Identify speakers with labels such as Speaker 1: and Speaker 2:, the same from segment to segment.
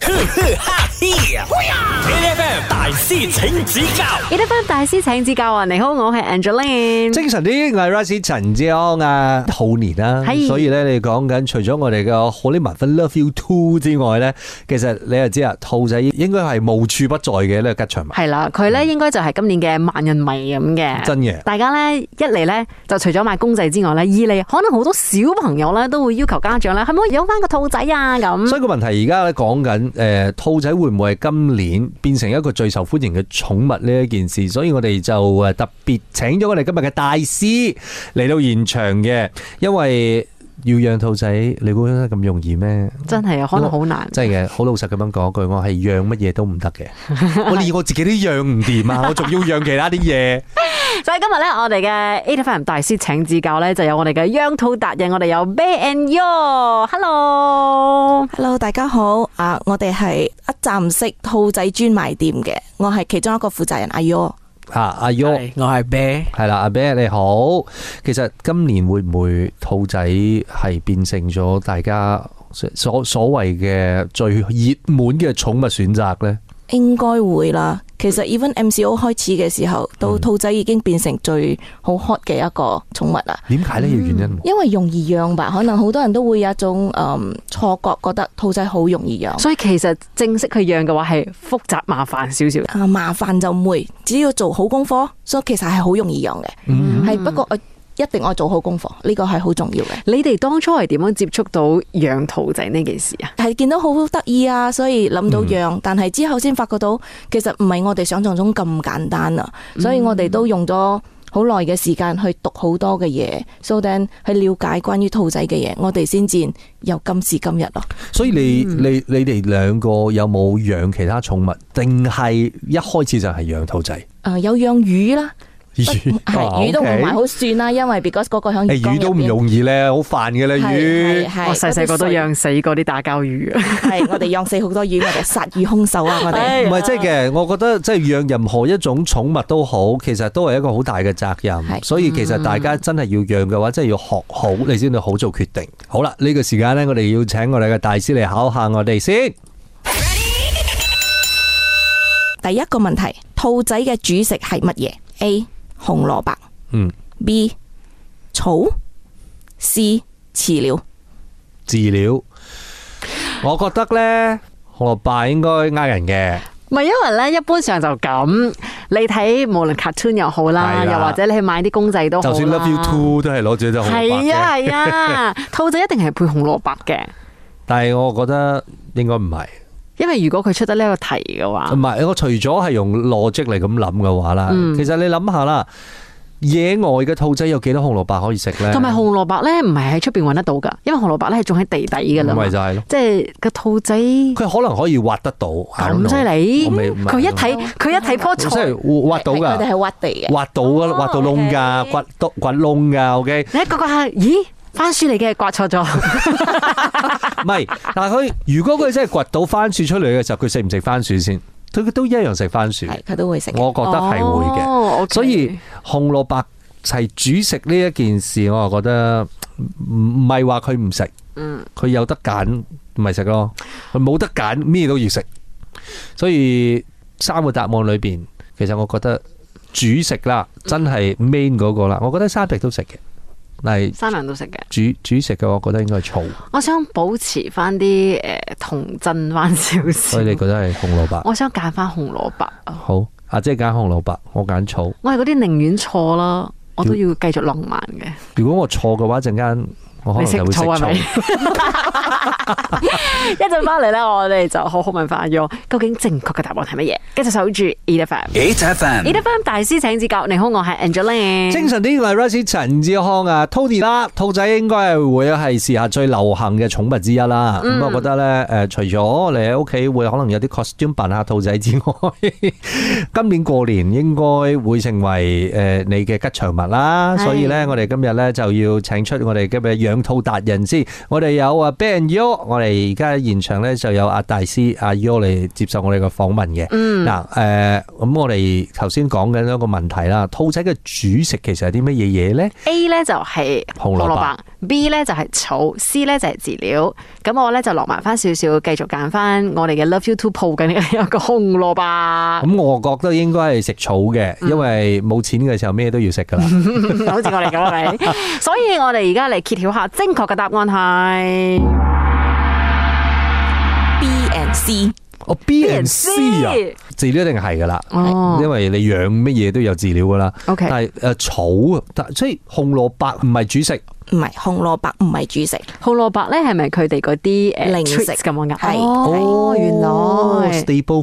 Speaker 1: 哈 FM 大師請指教
Speaker 2: ，E F M 大師請指教啊！你好，我係 Angeline。
Speaker 3: 精神啲，我係 Rice 陳志安啊，兔年啦，
Speaker 2: 係
Speaker 3: 所以咧你講緊除咗我哋嘅好呢文分 Love You Too 之外咧，其實你又知啊，兔仔應該係無處不在嘅呢個吉祥物，
Speaker 2: 係啦，佢咧應該就係今年嘅萬人迷咁嘅。
Speaker 3: 真嘅
Speaker 2: 大家咧一嚟咧就除咗買公仔之外咧，二嚟可能好多小朋友咧都會要求家長咧，係咪可以養翻個兔仔啊咁？
Speaker 3: 所以個問題而家咧講緊誒兔仔會唔會係今年變成一個最受歡迎嘅寵物呢一件事，所以我哋就誒特別請咗我哋今日嘅大師嚟到現場嘅，因為要養兔仔，你估得咁容易咩？
Speaker 2: 真係啊，可能好難。
Speaker 3: 真係嘅，好老實咁樣講句，我係養乜嘢都唔得 嘅，我連我自己都養唔掂啊！我仲要養其他啲嘢，
Speaker 2: 所以今日咧，我哋嘅 A F M 大師請指教咧，就有我哋嘅央兔達人，我哋有 Bay and Yo，Hello。
Speaker 4: Hello，大家好啊！我哋係一站式兔仔專賣店嘅，我係其中一個負責人阿哦 Yo。
Speaker 3: 啊！阿 Yo
Speaker 1: 我係啤，
Speaker 3: 係啦，阿 b 你好。其實今年會唔會兔仔係變成咗大家所所謂嘅最熱門嘅寵物選擇呢？
Speaker 4: 應該會啦。其實 even MCO 開始嘅時候，到兔仔已經變成最好 hot 嘅一個寵物啦。
Speaker 3: 點解呢？有原因
Speaker 4: 因為容易養吧，可能好多人都會有一種誒錯覺，覺得兔仔好容易養。
Speaker 2: 所以其實正式去養嘅話係複雜麻煩少少。
Speaker 4: 啊，麻煩就唔會，只要做好功課，所以其實係好容易養嘅。係、不過我一定我做好功課，呢個係好重要嘅。
Speaker 2: 你哋當初係點樣接觸到養兔仔呢件事啊？
Speaker 4: 係見到好得意啊，所以諗到養，
Speaker 3: 嗯
Speaker 4: 但係之後先發覺到其實唔係我哋想象中咁簡單啊，所以我哋都用咗好耐嘅時間去讀好多嘅嘢，so then 去了解關於兔仔嘅嘢，我哋先至有今時今日咯。
Speaker 3: 所以你你你哋兩個有冇養其他寵物，定係一開始就係養兔仔？
Speaker 4: 誒、啊有養魚啦， 嗯
Speaker 3: 魚
Speaker 4: 係
Speaker 3: 啊
Speaker 4: 魚都唔
Speaker 3: OK
Speaker 4: 係好算啦，因為 because 嗰個響
Speaker 3: 誒
Speaker 4: 魚缸
Speaker 3: 魚都
Speaker 4: 入
Speaker 3: 唔
Speaker 4: 邊
Speaker 3: 容易咧，好煩嘅咧
Speaker 4: 係
Speaker 3: 魚。
Speaker 4: 係
Speaker 2: 我細細個都，
Speaker 4: 嗰
Speaker 2: 養死過啲打交魚 啊！
Speaker 4: 啲水係我哋養死好多魚，我哋殺魚兇手啊！我
Speaker 2: 哎
Speaker 4: 哋
Speaker 3: 唔係即係嘅，我覺得即係養任何一種寵物都好，其實都係一個好大嘅責任。
Speaker 4: 係
Speaker 3: 所以其實大家真係要養嘅話，真係要學好，你先至好做決定。
Speaker 2: 嗯
Speaker 3: 好啦，呢個時間呢，我哋要請我哋嘅大師嚟考下我哋先。
Speaker 4: 第一個問題，兔仔嘅主食係乜嘢？A 紅蘿蔔。
Speaker 3: 嗯，
Speaker 4: B 草，C 飼料。
Speaker 3: 飼料，我覺得呢，紅蘿蔔應該呃人嘅。
Speaker 2: 唔係因為咧，一般上就咁，你睇無論 cartoon 又好啦，
Speaker 3: 係啦啊
Speaker 2: 又或者你去買啲公仔都好
Speaker 3: 就
Speaker 2: 啦。
Speaker 3: 算 Love You Too 都係攞住隻紅蘿蔔
Speaker 2: 係啊係
Speaker 3: 嘅，
Speaker 2: 啊，兔仔一定係配紅蘿蔔嘅，
Speaker 3: 但係我覺得應該唔係。
Speaker 2: 因為如果佢出得呢一個題嘅話
Speaker 3: 唔，係，我除咗係用 logic 嚟咁諗嘅話啦，
Speaker 2: 嗯
Speaker 3: 其實你諗下啦，野外嘅兔仔有幾多紅蘿蔔可以食咧？
Speaker 2: 同埋紅蘿蔔咧唔係喺出邊揾得到㗎，因為紅蘿蔔咧係種喺地底㗎啦嘛
Speaker 3: 咪，就係咯，
Speaker 2: 即係個兔仔咁
Speaker 3: 佢可能可以挖得到，I don't know，
Speaker 2: 犀利
Speaker 3: 我未，唔係
Speaker 2: 佢一睇佢一睇棵
Speaker 3: 即
Speaker 2: 菜。
Speaker 3: 係挖到
Speaker 4: 佢哋
Speaker 3: 㗎，
Speaker 4: 係挖地嘅。
Speaker 3: 挖到㗎，挖到窿㗎，
Speaker 4: OK
Speaker 3: 掘到掘窿㗎，OK，
Speaker 2: 你一個個下，咦？番薯嚟嘅，刮錯咗。
Speaker 3: 唔係，但係佢如果佢真係掘到番薯出嚟嘅時候，佢食唔食番薯先？佢都一樣食番薯，
Speaker 4: 係佢都會食 嘅。
Speaker 3: 我覺得係會嘅。
Speaker 2: 哦，OK
Speaker 3: 所以紅蘿蔔係煮食呢一件事，我就覺得唔唔係話佢唔食，
Speaker 2: 嗯，
Speaker 3: 佢有得揀咪食咯，佢冇得揀咩都要食。所以三個答案裏邊，其實我覺得煮食啦，真係 main 嗰個啦，我覺得三隻都食嘅，但係
Speaker 2: 三樣都食嘅。
Speaker 3: 煮煮食嘅，我覺得應該係草，
Speaker 2: 我想保持翻啲誒童真翻少少
Speaker 3: 所以。你覺得係紅蘿蔔
Speaker 2: 我想揀翻紅蘿蔔啊！
Speaker 3: 好？阿姐揀紅蘿蔔，我揀草。
Speaker 2: 我係嗰啲寧願錯啦，我都要繼續浪漫嘅。
Speaker 3: 如果我錯嘅話，陣間我可
Speaker 2: 你
Speaker 3: 能
Speaker 2: 食
Speaker 3: 就會食
Speaker 2: 草係咪？
Speaker 3: 草。
Speaker 2: 一 陣翻嚟咧，我哋就好好問翻阿 Yo，究竟正確嘅答案係乜嘢？繼續守住 E F M。
Speaker 1: ，Eight FM
Speaker 2: E F M 大師請指教，你好，我係 Angeline。
Speaker 3: 精神啲嘅係 Rice 陳志康啊，Tony 啦，兔仔應該係會係時下最流行嘅寵物之一啦。咁、我覺得咧，誒，除咗你喺屋企會可能有啲 costume 扮下兔仔之外，今年過年應該會呃成為誒你嘅吉祥物啦。
Speaker 2: 係
Speaker 3: 所以咧，我哋今日咧就要請出我哋嘅養兩套達人先。我哋有啊 Ben Yo，我哋而家現場咧就有阿大師阿 Yo 嚟接受我哋嘅訪問嘅。
Speaker 2: 嗯，
Speaker 3: 嗱，誒，咁我哋頭先講緊一個問題啦，兔仔嘅主食其實係啲乜嘢嘢咧？
Speaker 2: A 咧就係
Speaker 3: 紅蘿蔔
Speaker 2: 蘿蔔，B 咧就係草，C 咧就係飼料。咁我咧就落埋翻少少，繼續揀翻我哋嘅 Love You Two 鋪緊嘅一個 紅蘿蔔，
Speaker 3: 咁我覺得應該係食草嘅，
Speaker 2: 嗯
Speaker 3: 因為冇錢嘅時候咩都要食噶啦。
Speaker 2: 好似我哋咁係 咪？所以我哋而家嚟揭曉下正確嘅答案係
Speaker 4: B and C
Speaker 3: 我 B and C 啊，飼料一定係噶啦，
Speaker 2: 哦
Speaker 3: 因為你養乜嘢都有飼料噶啦。
Speaker 2: OK
Speaker 3: 但係誒草啊，但所以紅蘿蔔唔係主食，
Speaker 4: 唔係紅蘿蔔，唔係主食，
Speaker 2: 紅蘿蔔咧係咪佢哋嗰啲誒
Speaker 4: 零食
Speaker 2: treats 咁樣噶？
Speaker 4: 係
Speaker 2: 哦，原來哦
Speaker 3: stable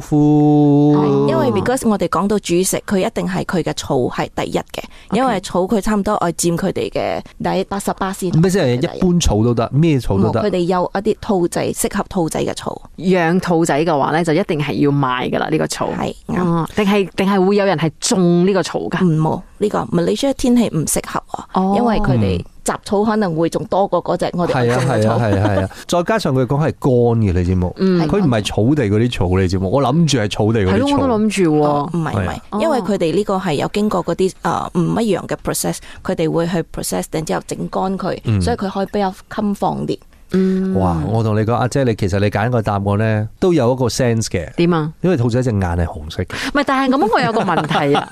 Speaker 2: 係
Speaker 3: food
Speaker 4: 因為 because 我哋講到主食，佢一定係佢嘅草係第一嘅，因為草佢差唔多我佔佢哋嘅第八十八先。
Speaker 3: 咩即係一般草都得，咩草都
Speaker 4: 佢
Speaker 3: 得。
Speaker 4: 哋有一啲兔仔適合兔仔嘅草，
Speaker 2: 養兔仔嘅話咧，就一定係要買噶啦呢個草。
Speaker 4: 係啱。
Speaker 2: 哦，定係定係會有人係種呢個草噶？
Speaker 3: 嗯
Speaker 4: 唔冇呢個 Malaysia 天氣唔適合啊，
Speaker 2: 哦
Speaker 4: 因為佢哋雜草可能會仲多過嗰隻我哋
Speaker 3: 嗯係啊
Speaker 4: 種嘅
Speaker 3: 係啊
Speaker 4: 草。
Speaker 3: 係啊係啊，再加上佢講係乾嘅你知冇？
Speaker 2: 嗯，
Speaker 3: 佢唔係草地嗰啲草你知冇？我諗住係草地嗰
Speaker 2: 係咯，
Speaker 3: 啲
Speaker 2: 我都
Speaker 3: 草。
Speaker 2: 諗住
Speaker 4: 哦
Speaker 2: 喎。
Speaker 4: 唔係唔係
Speaker 3: 係，
Speaker 2: 啊
Speaker 4: 因為佢哋呢個係有經過嗰啲誒唔一樣嘅 process，佢哋會去 process，然之後整乾
Speaker 3: 嗯
Speaker 4: 佢，所以佢可以比較襟放啲。
Speaker 2: 嗯，
Speaker 3: 哇！我同你講，阿姐你其實你揀個答案咧，都有一個 sense 嘅，
Speaker 2: 點啊？
Speaker 3: 因為兔仔隻眼係紅色嘅。
Speaker 2: 唔係，但係咁我有個問題啊。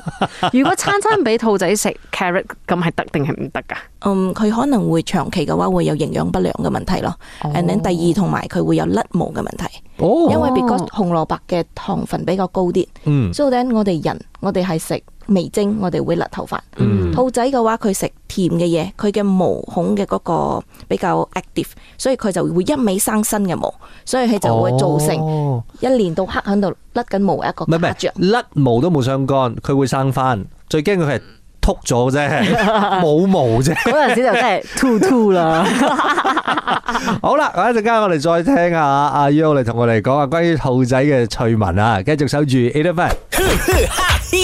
Speaker 2: 如果餐餐俾兔仔食 carrot，咁係得定係唔得噶？
Speaker 4: 嗯，佢可能會長期嘅話會有營養不良嘅問題咯。And then 第二同埋佢會有甩毛嘅問題，
Speaker 3: 哦，
Speaker 4: 因為 because 紅蘿蔔嘅糖分比較高啲。
Speaker 3: 嗯
Speaker 4: 所以咧，我哋人我哋係食味精，我哋會甩頭髮。
Speaker 3: 嗯
Speaker 4: 兔仔嘅話，佢食甜嘅嘢，佢嘅毛孔嘅嗰個比較 active，所以佢就會一味生新嘅毛，所以佢就會造成
Speaker 3: 哦
Speaker 4: 一年到黑喺度甩緊毛嘅一個
Speaker 3: 唔係唔
Speaker 4: 假象。
Speaker 3: 係，甩毛都冇相干，佢會生翻。最驚佢係秃咗 啫，冇毛啫。
Speaker 2: 嗰陣時就真係 too too 啦。
Speaker 3: 好啦，一陣間我哋再聽下阿 U 嚟同我哋講下關於兔仔嘅趣聞啊。繼續守住 A F M。
Speaker 1: 哈嘿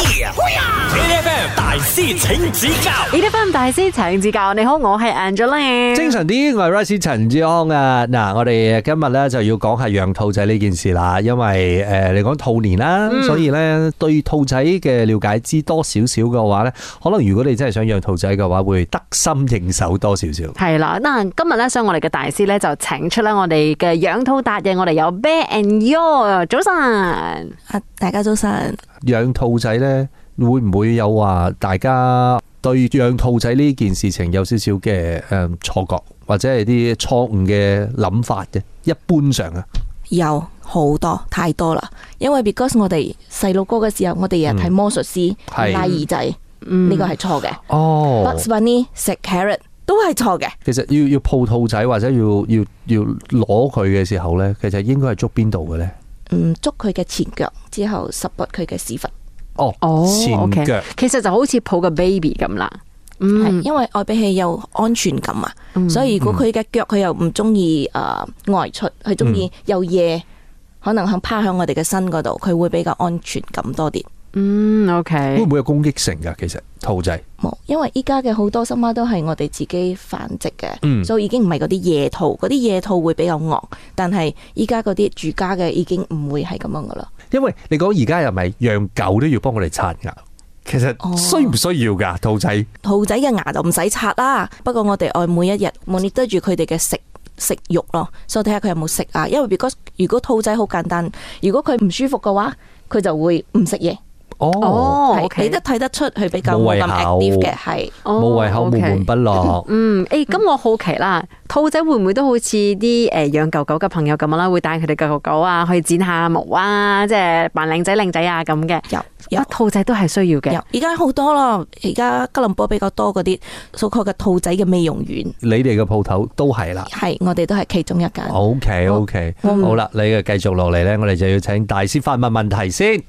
Speaker 1: 呀！A F M 大師請指教
Speaker 2: 你得翻大師請指教，你好，我係 Angela。
Speaker 3: 精神啲，我係 Rice 陳志康啊！嗱，我哋今日咧就要講下養兔仔呢件事啦，因為誒你講兔年啦，所以咧對兔仔嘅了解知多少少嘅話咧，可能如果你真係想養兔仔嘅話，會得心應手多少少。
Speaker 2: 係啦，嗱，今日咧，所以我哋嘅大師咧就請出啦，我哋嘅養兔達人，我哋有 Bear and Yo，早晨。
Speaker 4: 啊，大家早晨。
Speaker 3: 養兔仔呢，會唔會有話大家對養兔仔呢件事情有少少嘅誒錯覺，或者係啲錯誤嘅諗法嘅？一般上啊，
Speaker 4: 有好多太多啦，因為 because 我哋細路哥嘅時候，我哋日日睇魔術師
Speaker 3: 嗯係
Speaker 4: 拉耳仔，
Speaker 2: 嗯
Speaker 4: 呢個係錯嘅。
Speaker 3: 哦
Speaker 4: Bugs Bunny 食 carrot 都係錯嘅。
Speaker 3: 其實要要抱兔仔或者要要要攞佢嘅時候呢，其實應該係捉邊度嘅呢？
Speaker 4: 嗯，捉佢嘅前腳之後，十拔佢嘅屎忽。
Speaker 3: 哦，
Speaker 2: 哦
Speaker 3: 前
Speaker 2: OK
Speaker 3: 腳
Speaker 2: 其實就好似抱個 baby 咁啦。
Speaker 4: 係
Speaker 2: 嗯，
Speaker 4: 因為外比器有安全感啊，所以如果佢嘅腳佢又唔中意誒外出，佢中意有嘢，可能肯趴喺我哋嘅身嗰度，佢會比較安全感多啲。
Speaker 2: 嗯
Speaker 3: 會
Speaker 2: ，OK，
Speaker 3: 唔會有攻擊性㗎？其實兔仔
Speaker 4: 冇，因為依家嘅好多新媽都係我哋自己繁殖嘅，
Speaker 3: 嗯
Speaker 4: 所以已經唔係嗰啲野兔，嗰啲野兔會比較惡，但係依家嗰啲住家嘅已經唔會係咁樣噶啦。
Speaker 3: 因為你講而家又咪養狗都要幫我哋刷牙，其實
Speaker 4: 哦
Speaker 3: 需唔需要㗎？兔仔
Speaker 4: 兔仔嘅牙就唔使刷啦，不過我哋愛每一日 monitor 住佢哋嘅食食慾咯，所以睇下佢有冇食啊。因為 because 如果兔仔好簡單，如果佢唔舒服嘅話，佢就會唔食嘢。
Speaker 3: 哦，
Speaker 2: 哦
Speaker 4: 係你
Speaker 2: ，OK
Speaker 4: 都。睇得出佢比較
Speaker 3: 冇
Speaker 4: 冇
Speaker 3: 胃
Speaker 4: 咁
Speaker 3: 口
Speaker 4: active 嘅，係
Speaker 3: 冇胃口，
Speaker 2: 哦
Speaker 3: 悶
Speaker 2: ，OK
Speaker 3: 悶不樂。
Speaker 2: 嗯，誒、咁我好奇啦，兔仔會唔會都好似啲誒養狗狗嘅朋友咁啦，會帶佢哋嘅狗狗啊去剪下毛啊，即係扮靚仔靚仔啊咁嘅？
Speaker 4: 有
Speaker 2: 啊
Speaker 4: 有。
Speaker 2: 兔仔都係需要嘅
Speaker 4: 有，。而家好多啦。而家吉隆坡比較多嗰啲所謂嘅兔仔嘅美容院，
Speaker 3: 你哋嘅鋪頭都係啦。
Speaker 4: 係我哋都係其中一間。
Speaker 3: O K O K，好
Speaker 2: 嗯
Speaker 3: 啦，你嘅繼續落嚟呢，我哋就要請大師發問問題先。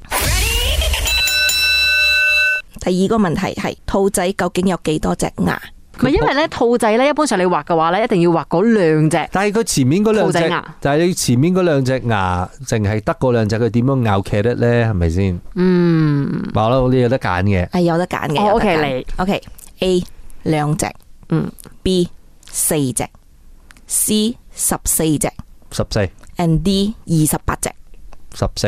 Speaker 4: 第二個問題係兔仔究竟有幾多隻牙？
Speaker 2: 唔係因為咧，兔仔咧一般上你畫嘅話咧，一定要畫嗰兩隻。
Speaker 3: 但係佢前面嗰兩
Speaker 2: 兔仔
Speaker 3: 隻
Speaker 2: 牙，
Speaker 3: 但係你前面嗰兩隻牙，淨係得嗰兩隻，佢點樣咬茄得呢？係咪先？
Speaker 2: 嗯，
Speaker 3: 話咯，你有得揀嘅。
Speaker 4: 係有得揀嘅。
Speaker 2: 哦
Speaker 4: 有得
Speaker 2: ，OK，
Speaker 4: 揀
Speaker 2: 你
Speaker 4: OK A 兩隻，
Speaker 2: 嗯
Speaker 4: ，B 四隻 C 十四隻
Speaker 3: 十四、
Speaker 4: ，and D 二十八隻。
Speaker 3: 十四、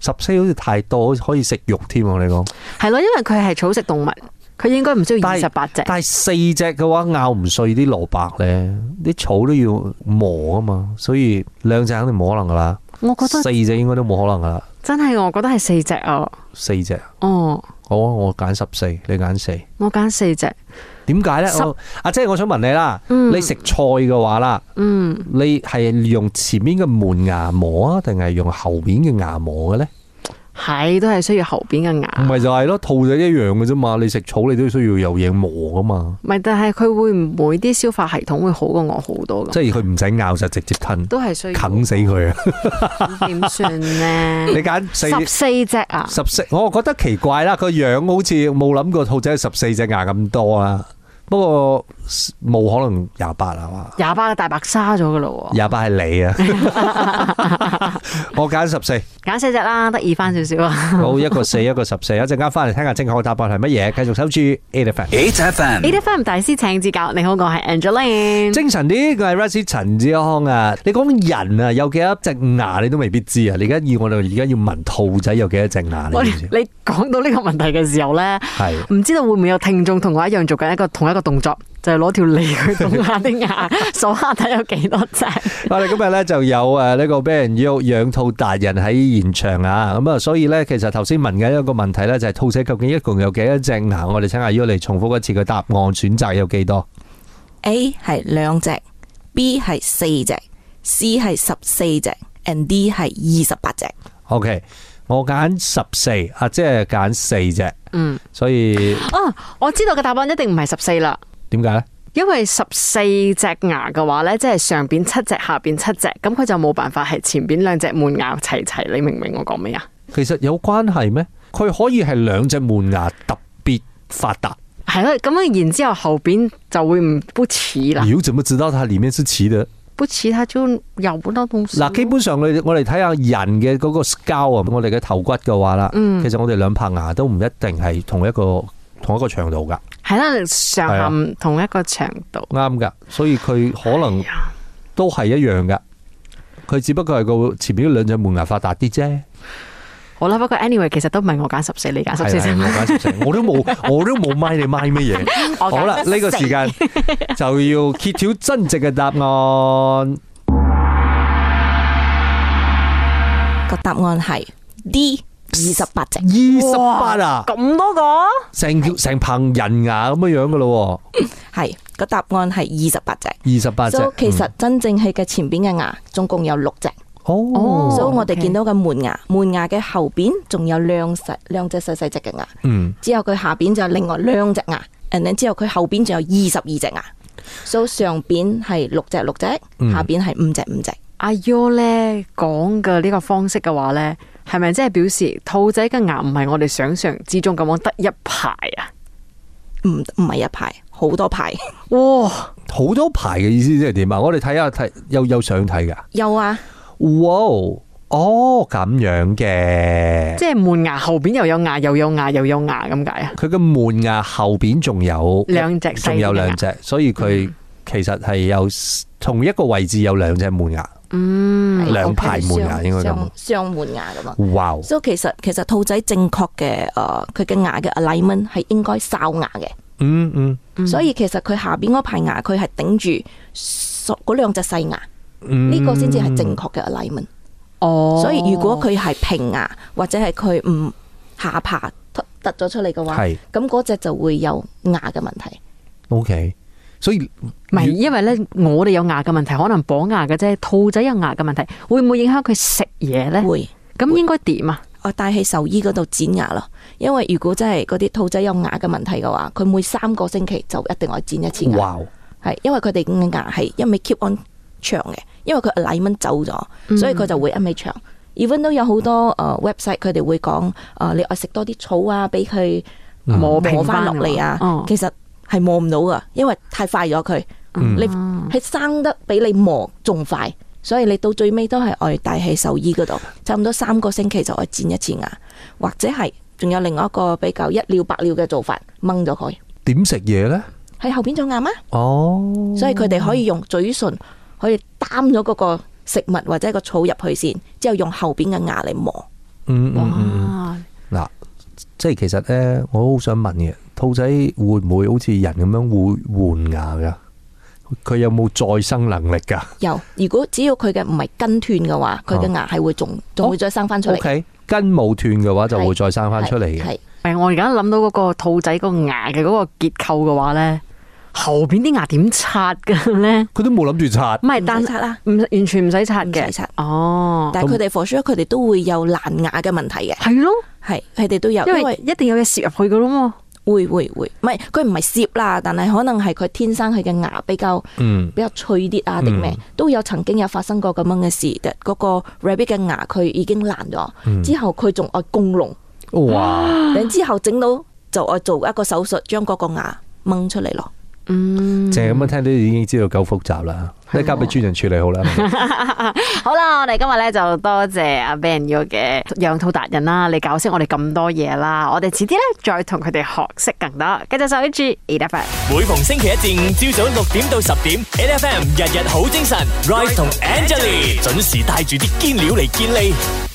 Speaker 3: 十四好似太多，可以食肉添喎。你講，
Speaker 2: 係咯，因為佢係草食動物，佢應該唔需要二
Speaker 3: 但係
Speaker 2: 十八隻。
Speaker 3: 但係四隻嘅話咬唔碎啲蘿蔔咧，啲草都要磨啊嘛，所以兩隻肯定冇可能噶啦，
Speaker 2: 我覺
Speaker 3: 四
Speaker 2: 得
Speaker 3: 隻應該都冇可能噶啦，
Speaker 2: 真係，我覺得係四隻啊。
Speaker 3: 四隻。
Speaker 2: 哦，
Speaker 3: 好啊，我揀十四，你揀四，
Speaker 2: 我揀四隻。
Speaker 3: 點解咧
Speaker 2: 十？
Speaker 3: 我阿姐，我想問你啦，
Speaker 2: 嗯
Speaker 3: 你食菜嘅話啦，
Speaker 2: 嗯，
Speaker 3: 你係用前面嘅門牙磨啊，定係用後面嘅牙磨嘅咧？
Speaker 2: 係都係需要後邊嘅
Speaker 3: 唔
Speaker 2: 牙。
Speaker 3: 係就係咯，兔仔一樣嘅啫嘛。你食草你都需要有嘢磨噶嘛，
Speaker 2: 唔係，但係佢會唔會啲消化系統會好過我好多咁？
Speaker 3: 即係佢唔使咬就直接吞，
Speaker 2: 都係需要
Speaker 3: 啃死 佢啊！
Speaker 2: 點算
Speaker 3: 你
Speaker 2: 呢？
Speaker 3: 揀四
Speaker 2: 十四隻啊！
Speaker 3: 十四，我覺得奇怪啦，個樣好似冇諗過兔仔有十四隻牙咁多啊。不過冇可能廿八啊 嘛，
Speaker 2: 廿八個大白鯊咗噶咯
Speaker 3: 廿八係你啊， 我揀十四。
Speaker 2: 喎，揀四隻啦，得意翻少少 啊
Speaker 3: 好一個四一個十四，一陣間翻嚟聽下正確嘅答案係乜嘢，繼續收住 A F M。
Speaker 1: ，H F M
Speaker 2: ！A F M 大師請指教，你好，我係 Angeline。
Speaker 3: 精神啲，嗯佢係 Rusty 陳志康啊！你講人啊，有幾多隻牙你都未必知啊！你而家要我哋而家要問兔仔有幾多隻牙，
Speaker 2: 我
Speaker 3: 你
Speaker 2: 你
Speaker 3: 知唔知？
Speaker 2: 講到呢個問題嘅時候呢，
Speaker 3: 係
Speaker 2: 唔知道會唔會有聽眾同我一樣做緊一個同一個動作，就係攞條脷去動下啲 牙，數下睇有幾多隻。
Speaker 3: 我哋今日咧就有誒呢個俾人要養兔達人喺現場啊！咁啊，所以咧其實頭先問嘅一個問題咧就係兔仔究竟一共有幾多隻牙？我哋請阿 U 嚟重複一次個答案，選擇有幾多？
Speaker 4: A 係兩隻，B 係四隻，C 係十四隻，and D 係二十八隻。
Speaker 3: OK，我揀十四啊，即係揀四隻，
Speaker 2: 嗯，
Speaker 3: 所以
Speaker 2: 哦，我知道嘅答案一定唔係十四啦。
Speaker 3: 點解咧？
Speaker 2: 因為十四隻牙嘅話呢，即係上邊七隻，下邊七隻，咁佢就冇辦法係前邊兩隻門牙齊齊。你明唔明我講咩啊？
Speaker 3: 其實有關係咩？佢可以係兩隻門牙特別發達。
Speaker 2: 係咯，咁樣然之後後邊就會唔不似啦，
Speaker 3: 你要怎麼知道它裡面是瓷的？
Speaker 2: 不似它就咬不到東西。
Speaker 3: 嗱，基本上我哋我哋睇下人嘅嗰個 skull 啊，我哋嘅頭骨嘅話啦，
Speaker 2: 嗯
Speaker 3: 其實我哋兩排牙都唔一定係同一個同一個長度㗎，
Speaker 2: 係啦，上下
Speaker 3: 係啊
Speaker 2: 唔同一個長度。哎
Speaker 3: 啱㗎，所以佢可能都係一樣㗎。佢只不過係個前面嗰兩隻門牙發達啲啫，
Speaker 2: 好啦，不過 anyway 其實都唔係我揀十四，你揀十四
Speaker 3: 係係
Speaker 2: 啫。
Speaker 3: 我揀十四，我都冇我都冇咪你咪乜嘢。
Speaker 2: 我揀
Speaker 3: 好啦，
Speaker 2: 14
Speaker 3: 呢個時間就要揭曉真正嘅答案。
Speaker 4: 個答案係 D 二十八隻。
Speaker 3: 二十八啊，
Speaker 2: 咁多個，
Speaker 3: 成條成棚人牙咁樣樣噶咯
Speaker 4: 係個答案係二十八隻。
Speaker 3: 喎，二十八隻
Speaker 4: 所以。其
Speaker 2: 嗯
Speaker 4: 實真正係嘅前邊嘅牙總共有六隻，
Speaker 3: 嗯
Speaker 2: 哦
Speaker 4: 所以我
Speaker 2: OK
Speaker 4: 哋見到嘅門牙，門牙嘅後邊仲有兩細兩隻細細隻嘅牙，
Speaker 3: 嗯，
Speaker 4: 之後佢下邊就有另外兩隻牙，and then 之後佢後邊仲有二十二隻牙，所以上邊係六隻六隻，
Speaker 3: 嗯
Speaker 4: 下邊係五隻五隻。
Speaker 2: 阿 Yo 咧講嘅呢個方式嘅話咧，係咪即係表示兔仔嘅牙唔係我哋想象之中咁樣得一排啊？
Speaker 4: 唔唔係一排，好多排。
Speaker 2: 哇！
Speaker 3: 好多排嘅意思即係點啊？我哋睇下睇有有相睇噶。
Speaker 4: 有啊，
Speaker 3: 哇哦，哦咁樣嘅，
Speaker 2: 即係門牙後邊又有牙，又有牙，又有牙咁解啊？
Speaker 3: 佢嘅門牙後邊仲有
Speaker 2: 兩隻細
Speaker 3: 仲有
Speaker 2: 嘅牙
Speaker 3: 兩隻，所以佢其實係有 s- 同一個位置有兩隻門牙。
Speaker 2: 嗯，
Speaker 3: 兩排門牙
Speaker 4: 上
Speaker 3: 應該咁
Speaker 4: 上上門牙咁啊。
Speaker 3: 哇哦，
Speaker 4: 所以其實其實兔仔正確嘅誒，呃佢嘅牙嘅 alignment 係應該哨牙嘅。
Speaker 3: 嗯嗯
Speaker 4: 所以其實佢下邊嗰排牙佢係頂住索嗰兩隻細牙，呢、
Speaker 3: 嗯，
Speaker 4: 個先至係正確嘅 alignment。
Speaker 2: 哦，
Speaker 4: 所以如果佢係平牙或者係佢唔下巴突突咗出嚟嘅話，
Speaker 3: 係
Speaker 4: 咁嗰只就會有牙嘅問題。
Speaker 3: OK，所以
Speaker 2: 唔係，因為咧我哋有牙嘅問題，可能綁牙嘅啫，兔仔有牙嘅問題，會唔會影響佢食嘢咧？
Speaker 4: 會
Speaker 2: 咁應該點啊？
Speaker 4: 我帶去獸醫嗰度剪牙咯，因為如果真係嗰啲兔仔有牙嘅問題嘅話，佢每三個星期就一定要剪一次牙。
Speaker 3: 哇哦。
Speaker 4: 係因為佢哋嘅牙係一味 keep on 長嘅，因為佢 alignment 走
Speaker 3: 嗯
Speaker 4: 咗，所以佢就會一味長。even 都有好多誒 website 佢哋會講誒、呃你愛食多啲草啊，俾佢
Speaker 2: 磨平
Speaker 4: 磨
Speaker 2: 翻
Speaker 4: 翻落嚟啊。
Speaker 2: 哦
Speaker 4: 其實係磨唔到噶，因為太快咗佢，你係生得比你磨仲快。所以你到最尾都係愛帶去獸醫嗰度，差唔多三個星期就愛剪一次牙，或者係仲有另外一個比較一了百了嘅做法，掹咗佢。
Speaker 3: 點食嘢呢？
Speaker 4: 喺後邊咗牙嗎？
Speaker 3: 哦，
Speaker 4: 所以佢哋可以用嘴唇可以擔咗嗰個食物或者個草入去先，之後用後邊嘅牙嚟磨。
Speaker 3: 嗯嗯嗯，
Speaker 2: 哇！
Speaker 3: 嗱，即係其實咧，我好想問嘅，兔仔會唔會好似人咁樣會換牙噶？佢有冇再生能力噶
Speaker 4: 有，如果只要佢嘅唔係根斷嘅話，佢嘅牙係會仲仲會再生翻出嚟
Speaker 3: ？O。K，根冇斷嘅話就會再生翻出嚟嘅。
Speaker 4: 係
Speaker 2: 誒，我而家諗到嗰個兔仔個牙嘅嗰個結構嘅話咧，後邊啲牙點刷㗎 咧？
Speaker 3: 佢都冇諗住刷
Speaker 2: 唔係，
Speaker 4: 單
Speaker 2: 但
Speaker 4: 刷啦，
Speaker 2: 唔完全唔使刷
Speaker 4: 唔
Speaker 2: 嘅
Speaker 4: 使。刷
Speaker 2: 哦，
Speaker 4: 但係佢哋 for sure 佢哋都會有爛牙嘅問題嘅，
Speaker 2: 係咯，
Speaker 4: 係佢哋都有，
Speaker 2: 因
Speaker 4: 因
Speaker 2: 為
Speaker 4: 為
Speaker 2: 一定有嘢攝入去㗎咯
Speaker 4: 會會會，唔係佢唔係攝啦，但係可能係佢天生佢嘅牙比較
Speaker 3: 嗯，
Speaker 4: 比較脆啲啊定咩，都有曾經有發生過咁樣嘅事嘅，嗰、個 rabbit 嘅牙佢已經爛咗，之後佢仲愛供聾，
Speaker 3: 哇，
Speaker 4: 然之後整到就愛做一個手術將嗰個牙掹出嚟咯。
Speaker 2: 喎。嗯，
Speaker 3: 淨係咁樣聽都已經知道夠複雜啦，你交俾專人處理 好啦。
Speaker 2: 好啦，我哋今日咧就多謝阿 Ben 咗嘅養兔達人啦，你教識我哋咁多嘢啦，我哋遲啲咧再同佢哋學識更多。繼續守住 e f
Speaker 1: 每逢星期一至五朝早六點到十點，N F M 日日好精神，Rise 同 Angelie 準時帶住啲堅料嚟健利。